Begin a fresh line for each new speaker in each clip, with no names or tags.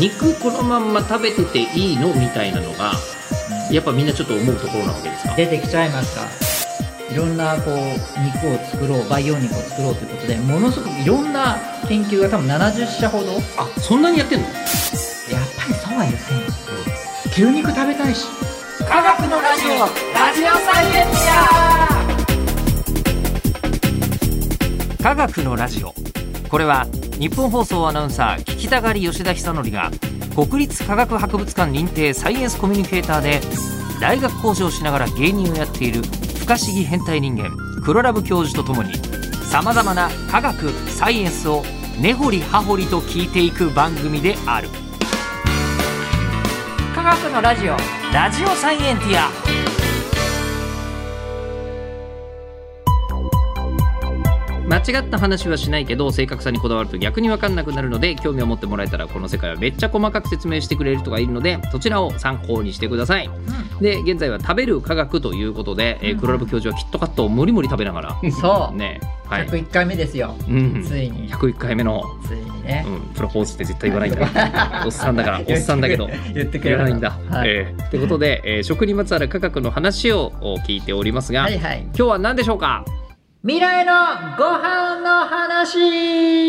肉このまんま食べてていいのみたいなのがやっぱみんなちょっと思うところなわけですか
出てきちゃいますかいろんなこう肉を作ろう培養肉を作ろうということでものすごくいろんな研究が多分70社ほどやっ
あそんなにやってんの
ぱりそうは言せん牛肉食べたいし科学のラジオラジオサイエンティ
科学のラジオこれは日本放送アナウンサー聞きたがり吉田久典が国立科学博物館認定サイエンスコミュニケーターで大学講師をしながら芸人をやっている不可思議変態人間黒ラブ教授とともにさまざまな科学サイエンスを根掘り葉掘りと聞いていく番組である
ア科学のラジオ
ラジオサイエンティア
間違った話はしないけど正確さにこだわると逆に分かんなくなるので興味を持ってもらえたらこの世界はめっちゃ細かく説明してくれる人がいるのでそちらを参考にしてください、で現在は食べる科学ということで、えー、黒ラブ教授はキットカットをもりもり食べなが
そ
ら
う、
ねはい、
101回目ですよ、
うん、
ついに
101回目の、
ついにね
う、ん、プロポーズって絶対言わないんだ おっさんだからおっさんだけど
言ってくれ
言わ
る
ないんだ。
はい、
えー、ってことで、えー、食にまつわる科学の話をお聞いておりますが、
はいはい
今日は何でしょうか
未来のご飯の話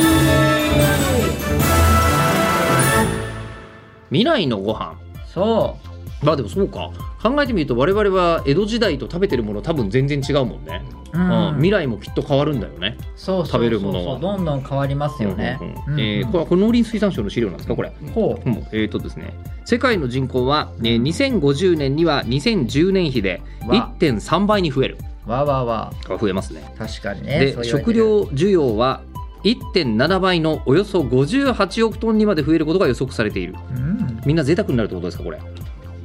未来のご飯
そ
まあでもそうか考えてみると我々は江戸時代と食べてるもの多分全然違うもんね、
う、う
うん
ん、
未来もきっと変わるんだよね。
そうそうそうそ
食
う
べるものは
どんどん変わりますよね
うんうんうん。
うんうん
えーこれはこれ農林水産省の資料なんですかこれ。
ほ
うんえーとですね、世界の人口は、ね、2050年には2010年比で
わ
1.3倍に増える
うわわわ
増えますね。
確かにね
で
そう言われて
食
る
料需要は1.7倍のおよそ58億トンにまで増えることが予測されている
うん
みんな贅沢になるってことですかこれ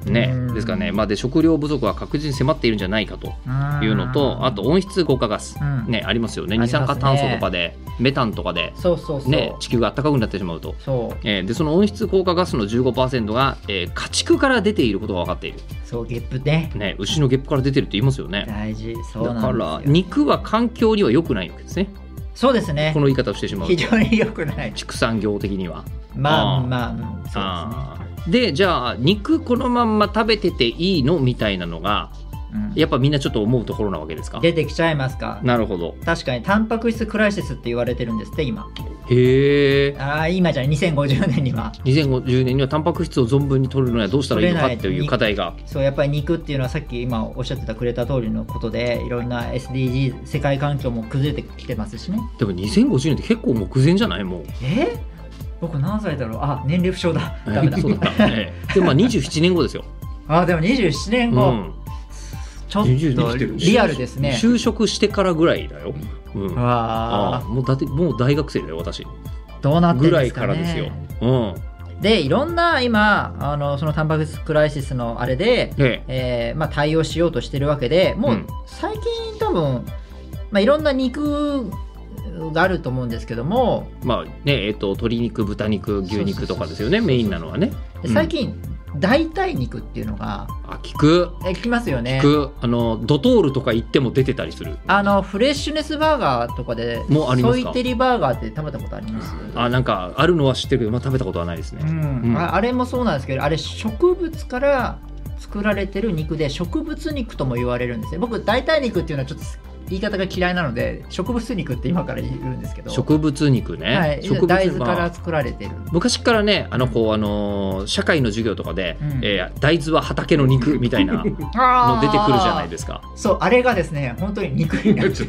ね
うん
ですからね、まあ、で食料不足は確実に迫っているんじゃないかというのとあと、温室効果ガス、
うん
ね、ありますよね
ありま
二
す
酸
ね
化炭素とかでメタンとかで、
そうそうそう、
ね、地球が暖かくなってしまうと。
そう
えーでその温室効果ガスの15%が、えー家畜から出ていることが分かっている、
そうゲップね
ね、牛のゲップから出てるって言いますよね
大事そう
だ
な
か
んです
ら
よ
肉は環境には良くないわけですね
そうですね
この言い方をしてしまうと
非常に良くない
畜産業的には
ま
あ
あ
ー
まあうんそうですね
でじゃあ肉このまんま食べてていいのみたいなのが
うん
やっぱみんなちょっと思うところなわけですか
出てきちゃいますか
なるほど
確かにタンパク質クライシスって言われてるんですって今
へえ
ああ今じゃない2050年には
2050年にはタンパク質を存分に取るのにはどうしたらいいのかっていう課題が
そうやっぱり肉っていうのはさっき今おっしゃってたくれた通りのことでいろんな SDG 世界環境も崩れてきてますしね
でも2050年って結構目前じゃないもう
え僕何歳だろうあ年齢不詳 だダメだ
そうだった、ええ でまあ27年後ですよ、
あでも27年
う
後、
ん、
ちょっ
20
と
生きてる
リアルですね
就職してからぐらいだよ、うん、ああ
わ
もうだってもう大学生だよ私
あどうなって
ぐ
るん
ら
で
い
す
か
からね
ですよ、うん
でいろんな今あのそのタンパク質クライシスのあれで、
え
えーまあ、対応しようとしてるわけでも
う
うん最近多分、まあ、いろんな肉があると思うんですけども
えまあねえっと鶏肉豚肉牛肉とかですよね
そうそうそうそう
メインなのはね
で
うん
最近、代替肉っていうのが
あ聞く
えきますよね
聞くあのドトールとか行っても出てたりする
あのフレッシュネスバーガーとかで
もうありま
ソ
す
イ
か
テリバーガーって食べたことあります
あなんかあるのは知ってるけど、まあ、食べたことはないです
う
ね、
ん
うん
ああれもそうなんですけどあれ植物から作られてる肉で植物肉とも言われるんですね僕代替肉っていうのはちょっと言い方が嫌いなので植物肉って今から言うんですけど
植物肉ね、
はい、
植物
大豆
ま
か
あ
ら作られてる
昔からねあのこう、あのー社会の授業とかで、
うん
えー大豆は畑の肉みたい なの出てくるじ
あ
ゃない
す
ですか
かそうあれがですね本当に肉になる
つ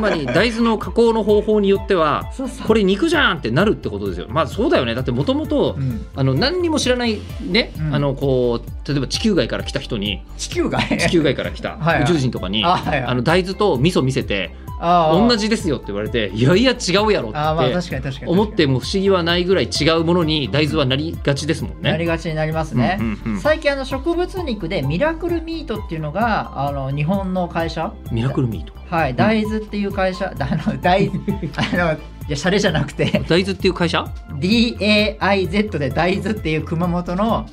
まり大豆の加工の方法によって は
そうそう
これ肉じゃんってなるってことですよまあそうだよねだってもともと
うん、
あの何にも知らないね、
うん
あのこう例えば地球外から来た人 に
地球が
地球外から来た
はいはい
宇宙人とかに、
あは い
あの大豆と味噌見せて
あー
同じですよって言われていやいや違うやろっ
あーまあ
て
確かに確かに
思って
も
も不思議はないぐらい違うものに大豆はなりがちですもんね。
なりがちになりますね、
うんうんうん
最近あの植物肉でミラクルミートっていうのがあの日本の会社
ミラクルミート
はい、大豆っていう会社、 あの大あのいやシャレじゃな くて
大豆っていう会社
DAIZ で大豆っていう熊本の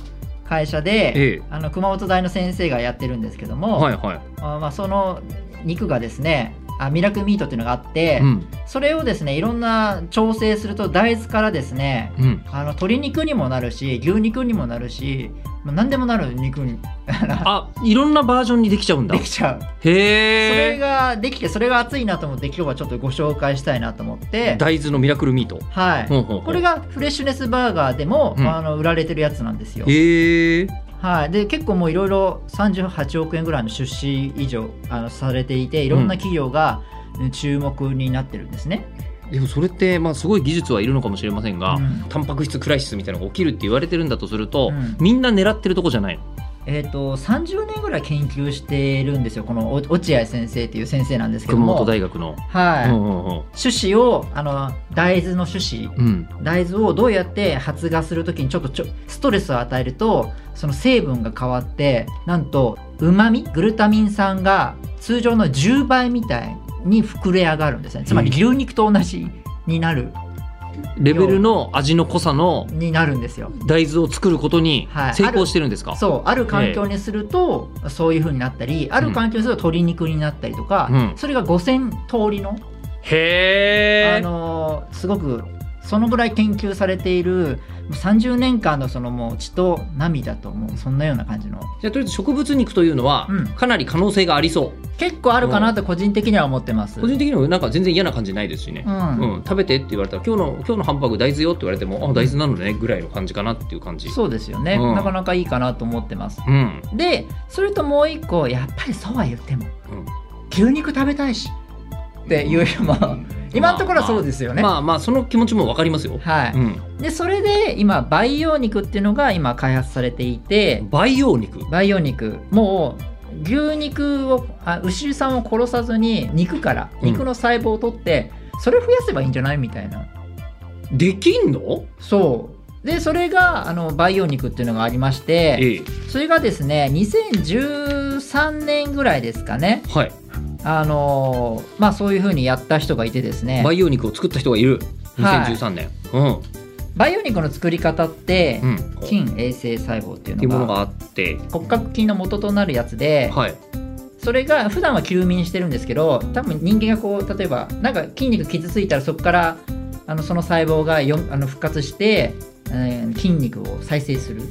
会社で、
ええ
あの熊本大の先生がやってるんですけども、
はいはい
あまあ、その肉がですねあミラクルミートっていうのがあって、
うん
それをですねいろんな調整すると大豆からですね
うん
あの鶏肉にもなるし牛肉にもなるし、まあ、何でもなる肉に
あいろんなバージョンにできちゃうんだ
できちゃう、それ
へえ
ができてそれが熱いなと思って今日はちょっとご紹介したいなと思って
大豆のミラクルミート
はい、
ほうほうほう
これがフレッシュネスバーガーでも、
うん
あの売られてるやつなんですよ、
へえ
はい、で結構もういろいろ38億円ぐらいの出資以上あのされていていろんな企業がうん注目になってるんですね、
でもそれってまあすごい技術はいるのかもしれませんが、
うん
タンパク質クライシスみたいなのが起きるって言われてるんだとすると、
うん
みんな狙ってるとこじゃないの
えー、と30年ぐらい研究してるんですよこのお落合先生っていう先生なんですけど
熊
も
本大学の。
はい、
うんうんうん
種子をあの大豆の種子
うん、
大豆をどうやって発芽するときにちょっとちょストレスを与えるとその成分が変わってなんとうまみグルタミン酸が通常の10倍みたいに膨れ上がるんですねつまり牛肉と同じになる
レベルの味の濃さの
になるんですよ
大豆を作ることに
はい
成功してるんですか、
そうある環境にするとそういう風になったりある環境にすると鶏肉になったりとか、
うん
それが5000通りのあ
へえ
のーすごくそのぐらい研究されているもう30年間のそのもう血と涙ともうそんなような感じの
じゃあとりあえず植物肉というのは
うん
かなり可能性がありそう、
結構あるかなと個人的には思ってます。
個人的にはなんか全然嫌な感じないですしね、
う
うん
ん
食べてって言われたら今日の今日のハンバーグ大豆よって言われてもあ大豆なのねぐらいの感じかなっていう感じ
そうですよね、
うん
なかなかいいかなと思ってます
うん
でそれともう一個やっぱりそうは言っても、
うん
牛肉食べたいしっていう人も、今のところはそうですよね、
まあまあその気持ちもわかりますよ、
はい、でそれで今培養肉っていうのが今開発されていて
うん、培養肉
培養肉もう牛肉をあ牛さんを殺さずに肉から
うん
肉の細胞を取って、それを増やせばいいんじゃないみたいな
できんの
そうでそれがあの培養肉っていうのがありまして
ええ
それがですね2013年ぐらいですかね
はい
あのーまあそういうふうにやった人がいてですね
培養肉を作った人がいる
はい
2013年、
培養肉の作り方って
うんうんっ
筋衛生細胞ってい
ていう
う
もの
のが
があって
骨格筋の元となるやつで、
はい
それが普段は休眠してるんですけど多分人間がこう例えばなんか筋肉傷ついたらそこからあのその細胞がよんあの復活して、えー筋肉を再生する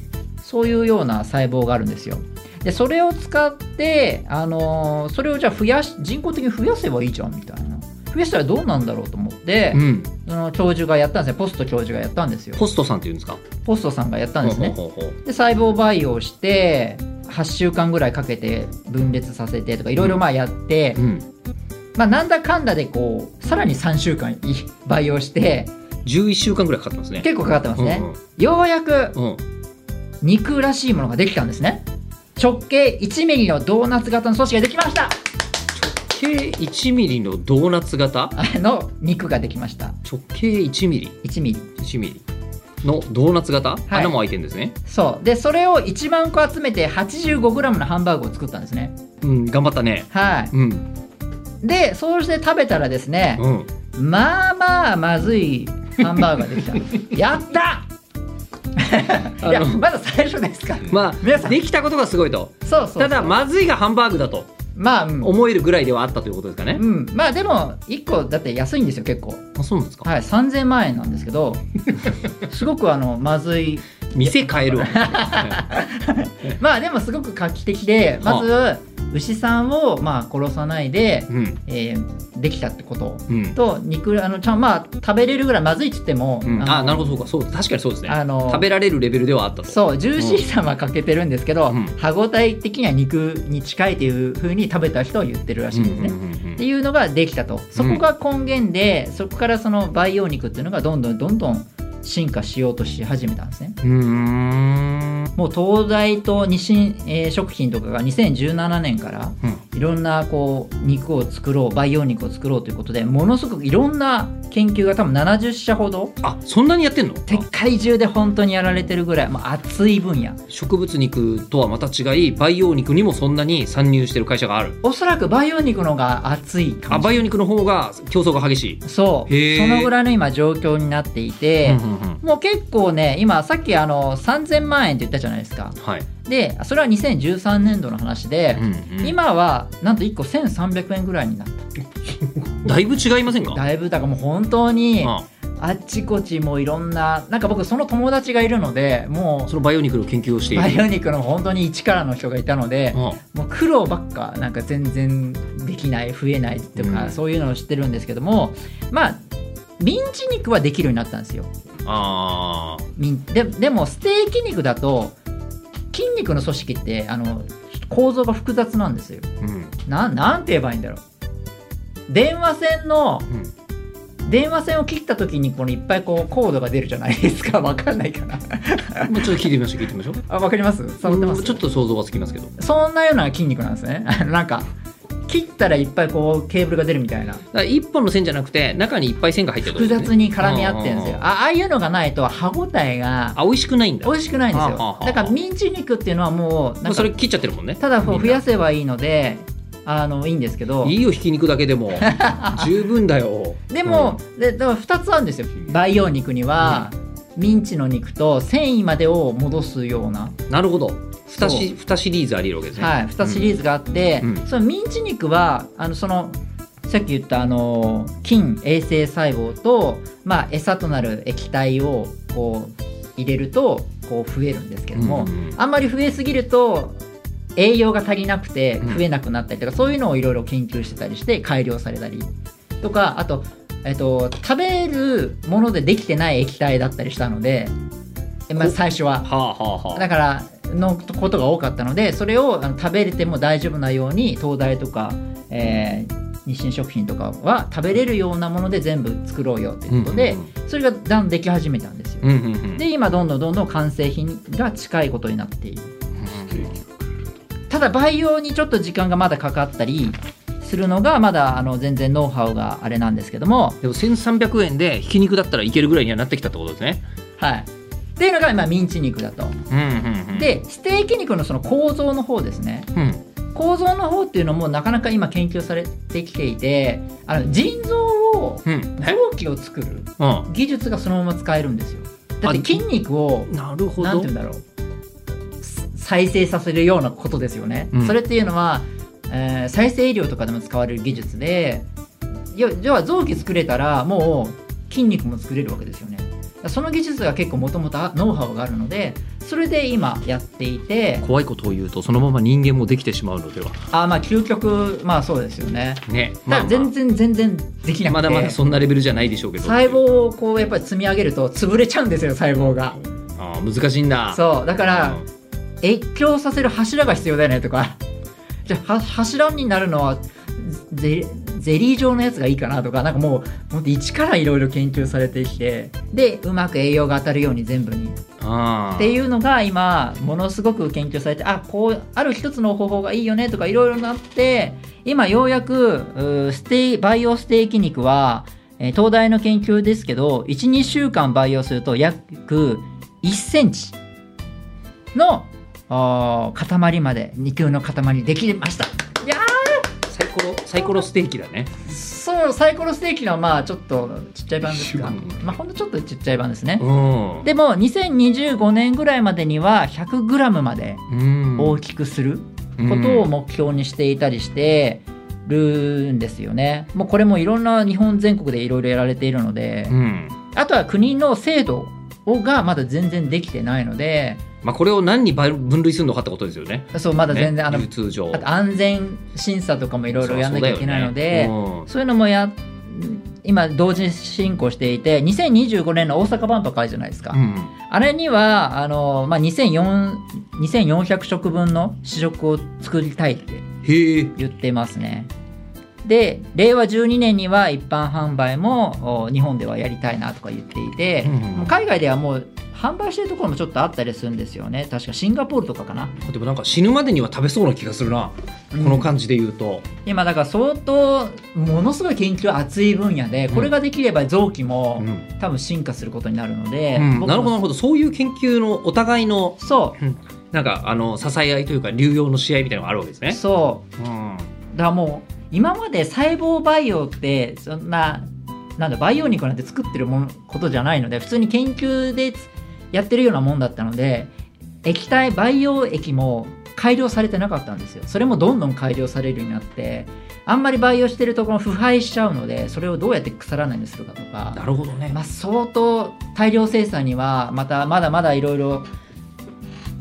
そういうような細胞があるんですよでそれを使って、あのーそれをじゃあ増やし人工的に増やせばいいじゃんみたいな増やしたらどうなんだろうと思って
う、ん
その教授がやったんですねポスト教授がやったんですよ
ホストさんっていうんですか
ポストさんがやったんですね
ほうほうほうほ
で細胞培養して8週間ぐらいかけて分裂させてとかいろいろまあやって、
ううん、
まあ、なんだかんだでこうさらに3週間い 培養して
11週間ぐらいかかってますね
結構かかってますね、
うん
ようやく
うんうん
肉らしいものができたんですね直径1ミリのドーナツ型の組織ができました
計1ミリのドーナツ型
あの肉ができました
直径1ミリ
1ミリ
1ミリのドーナツ型、穴も開いてるんですね、
そうでそれを1万個集めて 85g のハンバーグを作ったんですね
うん、頑張ったね
は
うん
いでそうして食べたらですね
うん
まあまあまずいハンバーグができ たやったい
あ
や
の
まだ最初ですから
まあ
皆さん
できたことがすごいと
そうそうそう
ただまずいがハンバーグだと
まあ、うん
思えるぐらいではあったということですかね、
うん、まあでも1個だって安いんですよ結構
あそうなんですか
はい3000万円なんですけど すごくあのまずい
店変え るわ
まあでもすごく画期的でまず牛さんをまあ殺さないで、
うん
えーできたってこと
うん
と肉あのちゃんまあ食べれるぐらいまずいって言っても、
うん、
の
あなるほどそうかそう確かにそうですね
あの
食べられるレベルではあったと
そうジューシーさは欠けてるんですけど、
うん
歯ごたえ的には肉に近いというふうに食べた人は言ってるらしいんですね、
うんうんうんうん
っていうのができたとそこが根源で、そこからその培養肉っていうのがどんどんどんどん進化しようとし始めたんですね
うーん
もう東大と日清、えー食品とかが2017年から
うん
いろんなこう肉を作ろう培養肉を作ろうということでものすごくいろんな研究が多分70社ほど
あそんなにやってんの
世界中で本当にやられてるぐらいもう熱い分野
植物肉とはまた違い培養肉にもそんなに参入してる会社がある
おそらく培養肉の方が熱い
あ
感じ
培養肉の方が競争が激しい、
そう
へー
そのぐらいの今状況になっていて、
うんうんうん
もう結構ね今さっきあの3000万円って言ったじゃないですか
はい
でそれは2013年度の話で、
うんうん
今はなんと1個1300円ぐらいになっ
だいぶ違いませんか
ただいぶだからもう本当に
あ
あっちこっちもういろんななんか僕その友達がいるのでも
あそのバイオニクルの研究をして
う
いる
バイオニックの本当に一からの人がいたので
ああ
もう苦労ばっかなんか全然できない増えないとか、
うん
そういうのを知ってるんですけどもまあミンチ肉はできるようになったんですよ
あー
ミンででもステーキ肉だと筋肉の組織ってあの構造が複雑なんですよ
うん
なんなんて言えばいいんだろう電話線の
うん
電話線を切った時にこのいっぱいこうコードが出るじゃないですかわかんないかな
まあちょっと聞いてみましょう聞いてみましょう
あわかります触ってます
うんちょっと想像はつきますけどだか
そんなような筋肉なんですね あのなんか切ったらいっぱいこうケーブルが出るみたいな
ら一本の線じゃなくて中にいっぱい線が入ってるって
複
ことです
雑
ね
に絡み合ってるんですよ
う
あああいうのがないと歯ごたえが
あ美味しくないんだ
美味しくないんです
はあはあ
よ
はあ
だからミンチ肉っていうのはもうな
も
ん
うそ
か
れ切っちゃってるもんね
ただこう
み
増
んな
やせばいいのであのいいんですけど
いいよひき肉だけでも 十分だよ
でも、でだから2つあるんですよ培養肉には、ミンチの肉と繊維までを戻すような、
うんなるほど
そう
2, し2シリーズありえるわけですね、
はい、2シリーズがあって、
うん
そのミンチ肉はあのそのさっき言ったあの菌衛生細胞と、まあ、餌となる液体をこう入れるとこう増えるんですけども、
うんうん
あんまり増えすぎると栄養が足りなくて
うん
増えなくなったりとか、そういうのをいろいろ研究してたりして改良されたりとかあと,、えっと食べるものでできてない液体だったりしたので、えまあ、
お
最初は
はあはあはあ
だからのことが多かったのでそれをあの食べれても大丈夫なように東大とか、えー日清食品とかは食べれるようなもので全部作ろうよということで、それがだんだんでき始めたんですよ。
うんうんうん
で今どんどんどんどん完成品が近いことになっているただ培養にちょっと時間がまだかかったりするのがまだあの全然ノウハウがあれなんですけども
でも1300円でひき肉だったらいけるぐらいにはなってきたってことですね。
はいっていうのが今ミンチ肉だと
うんうんうん、
でステーキ肉のその構造の方ですね
うん、
構造の方っていうのもなかなか今研究されてきていてあの腎臓を
うん、え
臓器を作る
う
技術がそのまま使えるんですよだって筋肉を
ん、なるほ
なん
ど
て言うんだろうす再生させるようなことですよね、
うん
それっていうのは、えー再生医療とかでも使われる技術で要要は臓器作れたらもう筋肉も作れるわけですよねその技術が結構もともとノウハウがあるのでそれで今やっていて
怖いことを言うとそのまま人間もできてしまうのでは
あーまあ究極まあそうですよね
ね
だから全
ま
然全然できな
あ
く
ま
て
だまだそんなレベルじゃないでしょうけど
細胞をこうやっぱり積み上げると潰れちゃうんですよ細胞が
ああ難しいんだう
そうだから
ん
越境させる柱が必要だよねとか じゃあは柱になるのはゼゼリー状のやつがいいかなとかなんかもうもう一からいろいろ研究されてきてでうまく栄養が当たるように全部に
ああ
っていうのが今ものすごく研究されてあこうある一つの方法がいいよねとかいろいろなって今ようやくうーステー培養ステーキ肉は、えー東大の研究ですけど12週間培養すると約1センチのあー塊まで肉の塊にできましたいや
サイコロサイコロステーキだね
ーそうサイコロステーキのまあちょっとちっちゃい版ですか
うん
まあほんとちょっとちっちゃい版ですね
うん
でも2025年ぐらいまでには 100g まで
うん
大きくすることを目標にしていたりしてるんですよね。もうこれもいろんな日本全国でいろいろやられているので
うん、う、ん
あとは国の制度をがまだ全然できてないので、
まあこれを何にば分類するのかってことですよね
そうまだ全然、
ね
あの
流通上
あと安全審査とかもいろいろやんなきゃいけないので、そう
そ
いうのもや今同時進行していて、2025年の大阪万博あるじゃないですか。
うだよねうん、うん
あれにはあのまあ2004 2400食分の試食を作りたいって
へえ
言ってますねで令和12年には一般販売もお日本ではやりたいなとか言っていて、
うんうん
もう海外ではもう販売してるところもちょっとあったりするんですよね確かシンガポールとかかな
でもなんか死ぬまでには食べそうな気がするな、この感じで言うと
今だから相当ものすごい研究熱い分野でこれができれば臓器も、
うん
多分進化することになるので、
うん
僕も
なるほどなるほどそういう研究のお互いの
そ
なんかあの支え合いというか流用の試合みたいなのがあるわけです
う
ね。
そ
う
う
ん
だからもう今まで細胞培養ってそんななんだ培養肉なんて作ってるものことじゃないので普通に研究でつやってるようなもんだったので液体培養液も改良されてなかったんですよそれもどんどん改良されるようになってあんまり培養してるとこの腐敗しちゃうのでそれをどうやって腐らないようにするかとか
なるほどね
まあ、相当大量生産にはまたまだまだいろいろ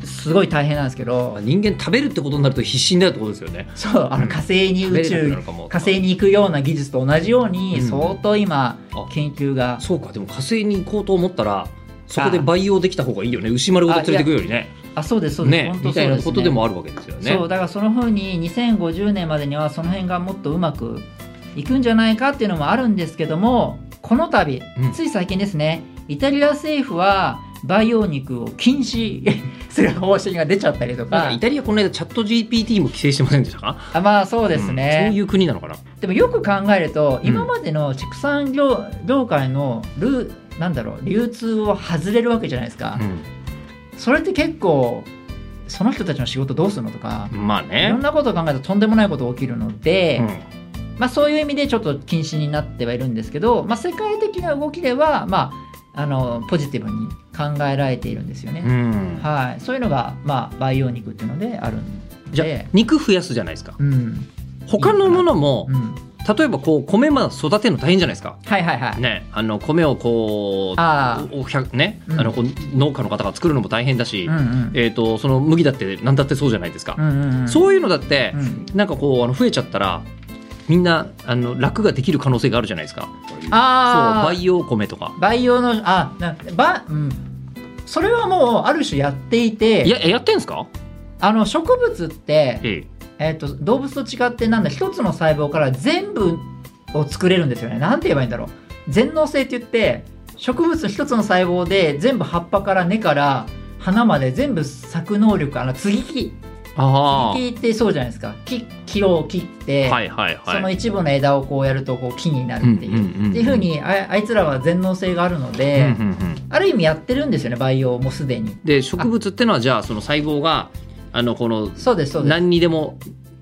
すごい大変なんですけど
人間食べるってことになると必死になるってことですよね
そうあの火星に
食べ
宇
れなくな
宙
るかも
火星に行くような技術と同じように
うん
相当今
あ
研究が
そうかでも火星に行こうと思ったらそこで培養できた方がいいよね牛丸ごと連れてくよりね
あそうですそうです、
ね
本当
み
そ
たい
うで
な
す、ね、
ことでもあるわけですよね
そうだからそのふうに2050年までにはその辺がもっとうまくいくんじゃないかっていうのもあるんですけどもこの度、
うん
つい最近ですねイタリア政府は培養肉を禁止 する方針が出ちゃったり
な
と
ん
か
かイタリアこの間チャット GPT も規制してませんでしたか
あまあそうです
うんそう
ね、
いう国なのかな
でもよく考えると
うん
今までの畜産業業界のルーなんだろう流通を外れるわけじゃないですか、それって結構その人たちの仕事どうするのとか
うんまあ
い
ね
ろんなことを考えるととんでもないことが起きるので、
うん
まあ、そういう意味でちょっと禁止になってはいるんですけど、まあ、世界的な動きでは、まあ、あのポジティブに考えられているんですよ
う
ね。
ん
はい、そういうのが、まあ、培養肉っていうのであるんで
じゃあ肉増やすじゃないですか
うん
他のものも
うん、
例えばこう米まだ育てるの大変じゃないですか
はいはいはい。
ねあの米をこう
あ
お100ね
うん
あのこう農家の方が作るのも大変だし
あ、うんうん
えー、とその麦だって何だってそうじゃないですか、
うんうんうん、
そういうのだって
う、ん
なんかこうあの増えちゃったらみんなあの楽ができる可能性があるじゃないですかそう
ああ
培養米とか
培養のあなば、うん、それはもうある種やって
い
い
や
て
えやってんすか、
あの植物って、
え
えっと動物と違ってなんだ一つの細胞から全部を作れるんですよねなんて言えばいいんだろう全能性って言って植物の一つの細胞で全部葉っぱから根から花まで全部咲く能力あの継ぎ木継ぎ
え、あ
木ってそうじゃないですか木木を切って、
あはいはい
その
はい
一部の枝をこうやるとこう木になるっていう,、
うんうんうん
っていうふうにああいつらは全能性があるの
うんう
で、
んうん
ある意味やってるんですよね培養もすでに
で植物ってのはじゃあその細胞があのこの
そうですそうです
何にでも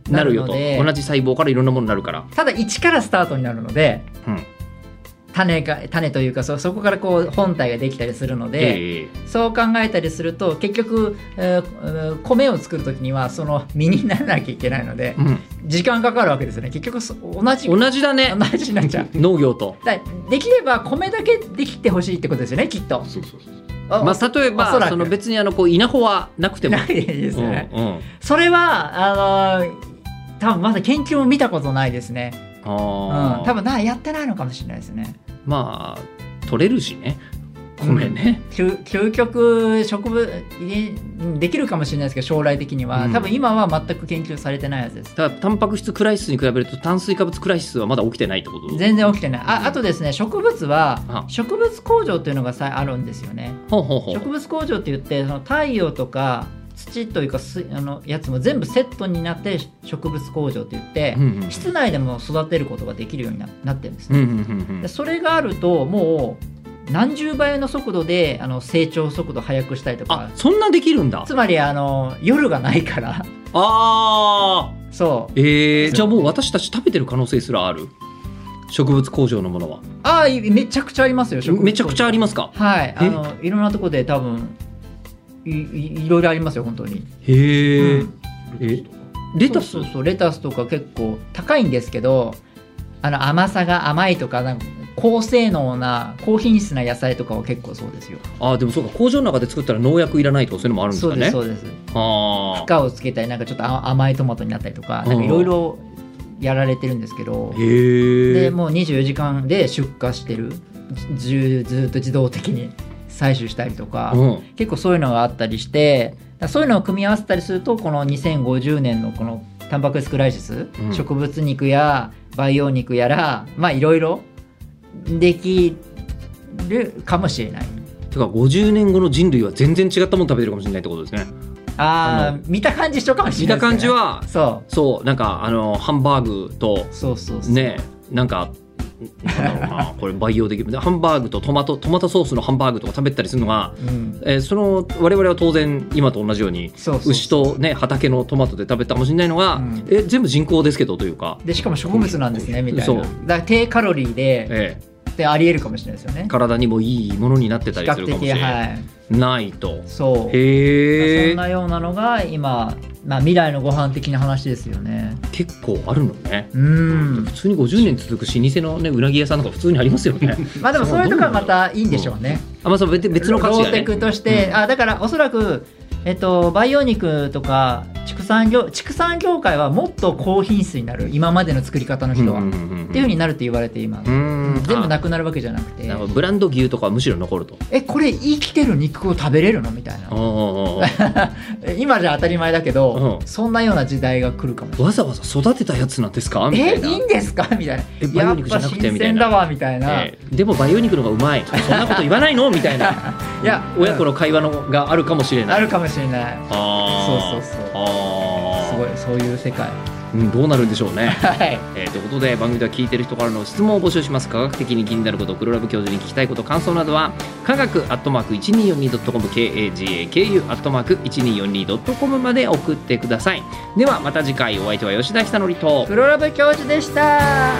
なるよと
なるので
同じ細胞からいろんなものになるから、
ただ一からスタートになるので
うん
種が種というかそそこからこう本体ができたりするので、
ええ
そう考えたりすると結局、えーえー米を作る時にはその実にならなきゃいけないので
うん
時間かかるわけですよね結局そ同じ
同じだね
同じになっちゃう。
農業と。
だできれば米だけできてほしいってことですよねきっと。
そうそうそう
あ
まあ、例え
おそら
ば
く
その別にあのこう稲穂はなくても
ないですよね。
うんうん
それはあのー多分まだ研究も見たことないですね。うん、
あー
多分なやってないのかもしれないですね。
まあ取れるしね米ね、
究究極植物遺伝できるかもしれないですけど将来的には、
うん
多分今は全く研究されてないやつです
ただタンパク質クライシスに比べると炭水化物クライシスはまだ起きてないってこと
全然起きてないああとですね植物
あ
は植物工場っていうのがさあるんですよね
ほうほうほ
植
う
物工場って言ってその太陽とか土というかすあのやつも全部セットになって植物工場って言って
うんうん
室内でも育てることができるようにななってるんです
うん
ね
うんうんう
で
ん
それがあるともう何十倍の速度であの成長速度速くしたりとか
あそんなできるんだ
つまりあの夜がないから
あー
そう
えー、じゃあもう私たち食べてる可能性すらある植物工場のものは
ああいめちゃくちゃありますよ植物
めちゃくちゃありますか
はいあのいろんなとこで多分いいいろいろありますよ本当に
へえ、
うん
えレタス
そうそうそうレタスとか結構高いんですけどあの甘さが甘いとかなんか高性能な高品質な野菜とかは結構そうですよ、
あーでもそうか工場の中で作ったら農薬いらないとかそういうのもあるんです
そう
か
で
ね
すそうです
あ
負
あ
荷をつけたりなんかちょっとあ甘いトマトになったりとかなんかいろいろやられてるんですけど、
へ
で
え
もう24時間で出荷してるずずっと自動的に採取したりとか、
うん
結構そういうのがあったりしてだからそういうのを組み合わせたりするとこの2050年のこのタンパク質クライシス、
うん
植物肉や培養肉やらまあいろいろできるかもしれない
てか50年後の人類は全然違ったもの食べてるかもしれないってことですねあ
あー見た感じ一緒かもし
見
れな
た
いですね
感じは
そ
そうなんかあのハンバーグと
うそうそうそう
ねなんかなんだろう なこれ培養できるハンバーグとトマトトマトソースのハンバーグとか食べたりするのが、
うん
えーその我々は当然今と同じように
そうそうそう
牛とね畑のトマトで食べたかもしれないのが、
うん
え全部人工ですけどというか、
でしかも植物なんですねみたい
そう
なだから低カロリーで
え
ってありえるかもしれないですよね
ー体にもいいものになってた
比
りす
較
るかもし
的
れない、
はい
ないとへ
そう、そん
え
なようなのが今、まあ、未来のご飯的な話ですよね
結構あるのね
うん
普通に50年続く老舗のねうなぎ屋さんとか普通にありますよね
まあでもそういうとこはまたいいんでしょうね
あまあその別別の価値
ロ
が
ーテ
ね
クとして、あだからおそらく、えっと、培養肉とか畜産業畜産業界はもっと高品質になる今までの作り方の人は、
うん
っ
うんうんうん
ていうふうになるって言われています、
うん
全部
あ
なくなるわけじゃなくて
なるほどブランド牛とかはむしろ残ると
えこれ生きてる肉を食べれるのみたいな
おーおーお
え今じゃ当たり前だけど、
うん
そんなような時代が来るか もし
ーわざわざ育てたやつなんですかみた
れ
いな
な
い
えいいんですかみたいな
え培
や
養
っ
肉じゃ
ぱ
なく
新
てみたい
鮮
な
だわみたいな、
ええでも培養肉の方がうまいそんなこと言わないのみたいな
いや
親子
の
の会話のがあるかもしれない
あるかもしれない
あ
そうそうそう
あ
すごいそういう世界
すごい、うん、どうなるんでしょうね
はい
えーということで番組では聞いてる人からの質問を募集します科学的に気になること黒ラブ教授に聞きたいこと感想などは科学アットマーク 1242.com KAGAKU アットマーク 1242.com まで送ってくださいではまた次回お相手は吉田久典と
プロラブ教授でした